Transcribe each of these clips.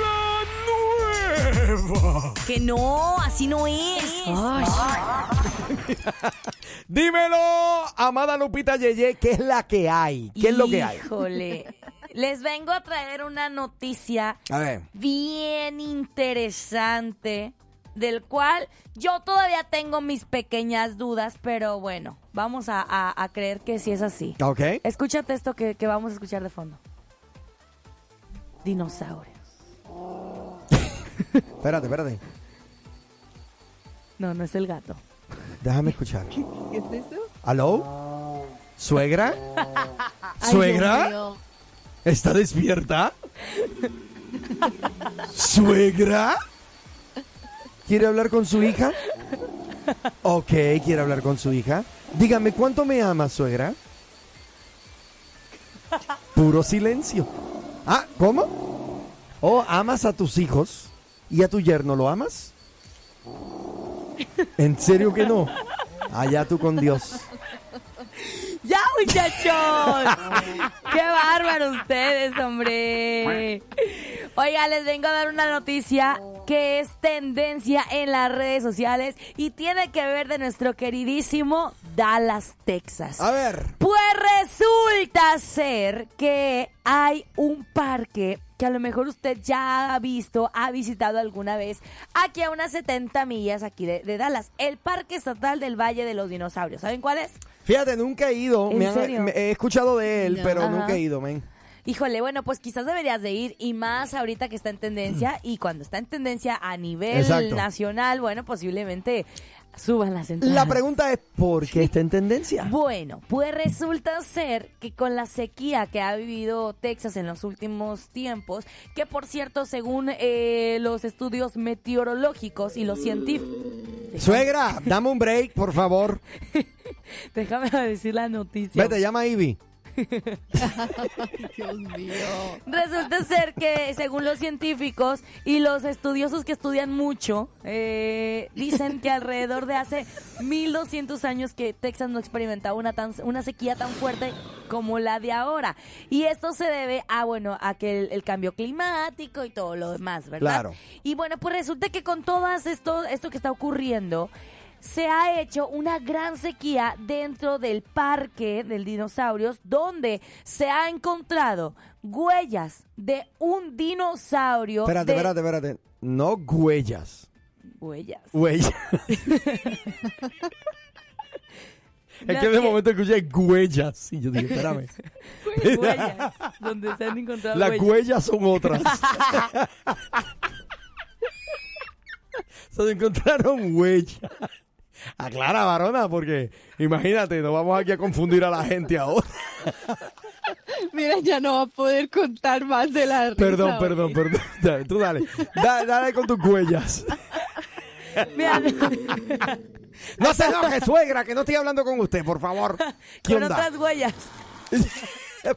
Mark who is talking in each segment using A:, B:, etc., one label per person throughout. A: La Nueva.
B: Que no, así no es.
C: Dímelo, amada Lupita Yeye, ¿qué es la que hay? ¿Qué es lo que hay?
B: Híjole. Les vengo a traer una noticia
C: A ver.
B: bien interesante, del cual yo todavía tengo mis pequeñas dudas, pero bueno, vamos a, a- a creer que sí es así.
C: ¿Ok?
B: Escúchate esto que, que vamos a escuchar de fondo. Dinosaurios.
C: Espérate, espérate.
B: No, no es el gato.
C: Déjame escuchar. ¿Qué es eso? ¿Aló? ¿Suegra? ¿Suegra? ¿Está despierta? ¿Suegra? ¿Quiere hablar con su hija? Ok, quiere hablar con su hija. Dígame, ¿cuánto me ama, suegra? Puro silencio. Ah, ¿cómo? Oh, ¿amas a tus hijos? ¿Y a tu yerno lo amas? ¿En serio que no? Allá tú con Dios.
B: ¡Ya, muchachos! ¡Qué bárbaro ustedes, hombre! Oiga, les vengo a dar una noticia que es tendencia en las redes sociales y tiene que ver de nuestro queridísimo Dallas, Texas.
C: A ver.
B: Pues resulta ser que hay un parque que a lo mejor usted ya ha visto, ha visitado alguna vez, aquí a unas 70 millas aquí de, de Dallas, el Parque Estatal del Valle de los Dinosaurios. ¿Saben cuál es?
C: Fíjate, nunca he ido.
B: ¿En
C: Me han-
B: serio?
C: me- he escuchado de él, pero
B: Ajá.
C: nunca he ido, men.
B: Híjole, bueno, pues quizás deberías de ir y más ahorita que está en tendencia y cuando está en tendencia a nivel
C: Exacto.
B: nacional, bueno, posiblemente suban las entradas.
C: La pregunta es, ¿por qué está en tendencia?
B: Bueno, pues resulta ser que con la sequía que ha vivido Texas en los últimos tiempos, que por cierto, según eh, los estudios meteorológicos y los científicos,
C: Suegra, dame un break, por favor.
B: déjame decir la noticia.
C: Vete, llama a Ivy.
D: Dios mío.
B: Resulta ser que, según los científicos y los estudiosos que estudian mucho, eh, dicen que alrededor de hace 1200 años que Texas no experimentaba una, tan- una sequía tan fuerte como la de ahora. Y esto se debe a, bueno, a que el, el cambio climático y todo lo demás, ¿verdad?
C: Claro.
B: Y bueno, pues resulta que con todo esto, esto que está ocurriendo, se ha hecho una gran sequía dentro del parque del dinosaurios, donde se ha encontrado huellas de un dinosaurio.
C: Espérate,
B: de-
C: espérate, espérate. No huellas.
B: Huellas.
C: Huellas. es
B: eh.
C: que de momento escuché huellas. Y yo dije, espérame.
B: Huellas, donde se han encontrado
C: Las
B: huellas.
C: huellas son otras. Se encontraron huellas. Aclara, varona, porque imagínate, no vamos aquí a confundir a la gente ahora.
D: Mira, ya no va a poder contar más de la risa,
C: Perdón,
D: oye.
C: perdón, perdón. Dale, tú dale. Da- dale con tus huellas.
B: Mira,
C: No se enoje, suegra, que no estoy hablando con usted, por favor. ¿Qué
B: con
C: onda?
B: otras huellas.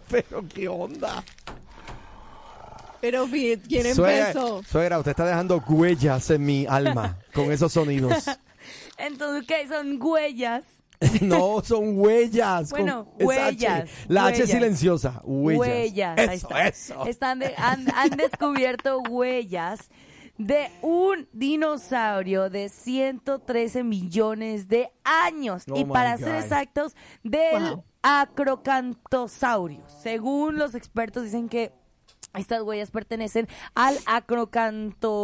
C: Pero, ¿qué onda?
D: Pero bien, ¿quién
C: Suegra,
D: empezó?
C: suegra, usted está dejando huellas en mi alma con esos sonidos.
B: Entonces, ¿qué? Son huellas.
C: No, son huellas. con-
B: Bueno,
C: es
B: huellas,
C: H. La H es
B: huellas.
C: silenciosa. Huellas.
B: Huellas,
C: Eso,
B: ahí está.
C: eso.
B: Están de- han, han descubierto huellas de un dinosaurio de 113 millones de años.
C: Oh
B: y
C: my
B: para
C: God.
B: ser exactos, del
D: Wow.
B: acrocantosaurio. Según los expertos dicen que estas huellas pertenecen al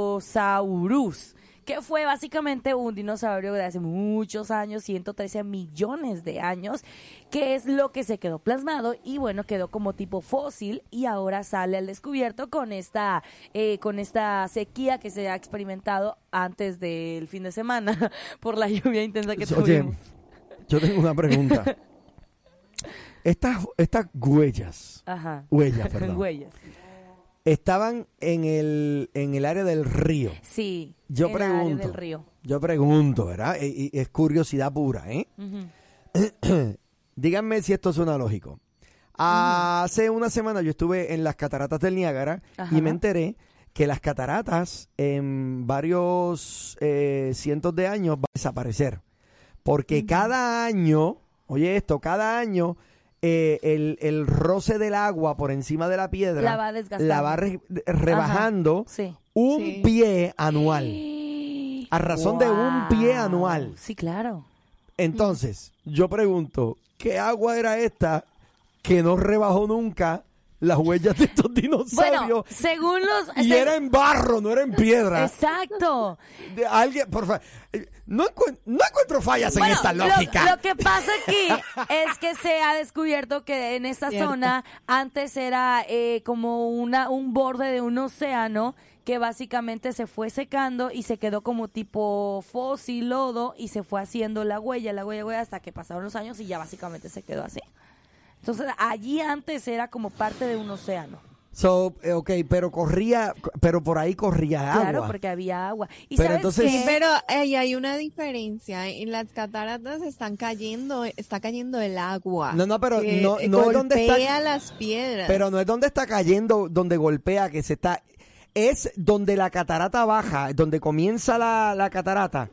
B: acrocantosaurus. Que fue básicamente un dinosaurio de hace muchos años, 113 millones de años, que es lo que se quedó plasmado y bueno, quedó como tipo fósil y ahora sale al descubierto con esta, eh, con esta sequía que se ha experimentado antes del fin de semana por la lluvia intensa que
C: Oye,
B: tuvimos.
C: yo tengo una pregunta. Estas, estas huellas,
B: Ajá.
C: huellas, perdón,
B: Huellas.
C: estaban en el, en el área del río.
B: Sí.
C: Yo
B: en la área
C: pregunto.
B: del río.
C: Yo pregunto, ¿verdad? Y- y es curiosidad pura, ¿eh? Díganme si esto suena lógico.
B: Mm.
C: Hace una semana yo estuve en las cataratas del Niágara
B: Ajá.
C: y me enteré que las cataratas en varios eh, cientos de años van a desaparecer. Porque cada año, oye esto, cada año eh, el, el roce del agua por encima de la piedra
B: La va desgastando.
C: la va re- rebajando
B: Sí.
C: un
D: Sí.
C: pie anual. A razón de un pie
B: Wow.
C: anual.
B: Sí, claro.
C: Entonces, yo pregunto, ¿qué agua era esta que no rebajó nunca las huellas de estos dinosaurios?
B: Bueno, según los...
C: y
B: seg-
C: era en barro, no era en piedra.
B: Exacto.
C: De- alguien, por favor, no, encuent- no encuentro fallas en
B: Bueno,
C: esta
B: lo-
C: lógica.
B: Lo, que pasa aquí es que se ha descubierto que en esta
D: Cierto.
B: zona antes era eh, como una un borde de un océano que básicamente se fue secando y se quedó como tipo fósil, lodo y se fue haciendo la huella, la huella, huella hasta que pasaron los años y ya básicamente se quedó así. Entonces allí antes era como parte de un océano.
C: So, eh, ok, pero corría, pero por ahí corría agua.
B: Claro, porque había agua. Y
C: Pero
B: sabes
C: entonces-
B: qué?
C: Sí,
D: Eh, Pero ahí hay una diferencia. En las cataratas están cayendo, está cayendo el agua.
C: No, no, pero
D: que
C: no- no es donde está-
D: golpea las piedras.
C: Pero no es donde está cayendo, donde golpea, que se está. Es donde la catarata baja, donde comienza la, la catarata.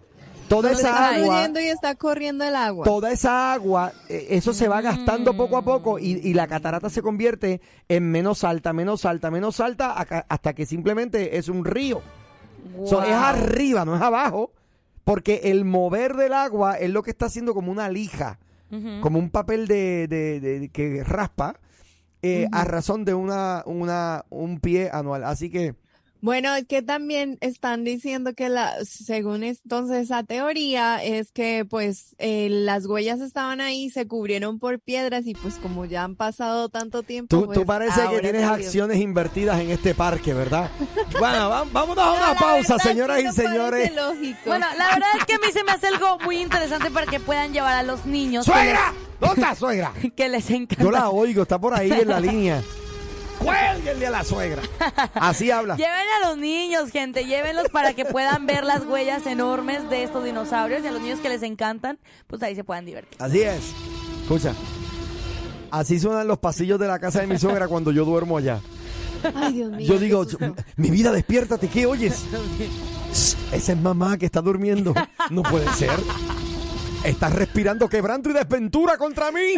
C: Toda
D: Donde
C: esa
D: está
C: agua,
D: fluyendo y está corriendo el agua.
C: toda esa agua, eh, eso se va gastando poco a poco y, y la catarata se convierte en menos alta, menos alta, menos alta, aca- hasta que simplemente es un río. So, es
B: Wow.
C: arriba, no es abajo, porque el mover del agua es lo que está haciendo como una lija, como un papel de, de- de- de- que raspa eh, a razón de una, una un pie anual. Así que
D: Bueno, es que también están diciendo que la, según entonces esa teoría, es que pues eh, las huellas estaban ahí, se cubrieron por piedras y pues como ya han pasado tanto tiempo.
C: tú,
D: pues,
C: tú parece que
D: ahora
C: tienes
D: salió.
C: acciones invertidas en este parque, ¿verdad? bueno, va- vamos a
D: No,
C: una
D: la
C: pausa,
D: verdad,
C: señoras
D: sí
C: y
D: no
C: señores.
D: parece lógico.
B: Bueno, la verdad es que a mí se me hace algo muy interesante para que puedan llevar a los niños que les-
C: ¡Suegra! ¿Dónde está suegra?
B: que les encanta.
C: Yo la oigo, está por ahí en la línea. ¡Cuélguenle a la suegra! Así habla.
B: Lleven a los niños, gente, llévenlos para que puedan ver las huellas enormes de estos dinosaurios y a los niños que les encantan, pues ahí se puedan divertir.
C: Así es. Escucha. Así suenan los pasillos de la casa de mi suegra cuando yo duermo allá.
D: Ay, Dios mío,
C: Yo
D: qué
C: digo,
D: susto.
C: mi vida, despiértate, ¿qué oyes? Shh, Esa es mamá que está durmiendo. No puede ser. Estás respirando quebranto y desventura contra mí.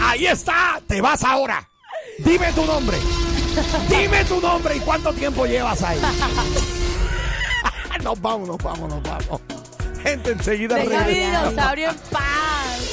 C: Ahí está, te vas ahora. Dime tu nombre. Dime tu nombre y cuánto tiempo llevas ahí. Nos vamos, nos vamos, nos vamos. Gente, enseguida
B: Deja mi
C: regresamos.
B: dinosaurio en paz.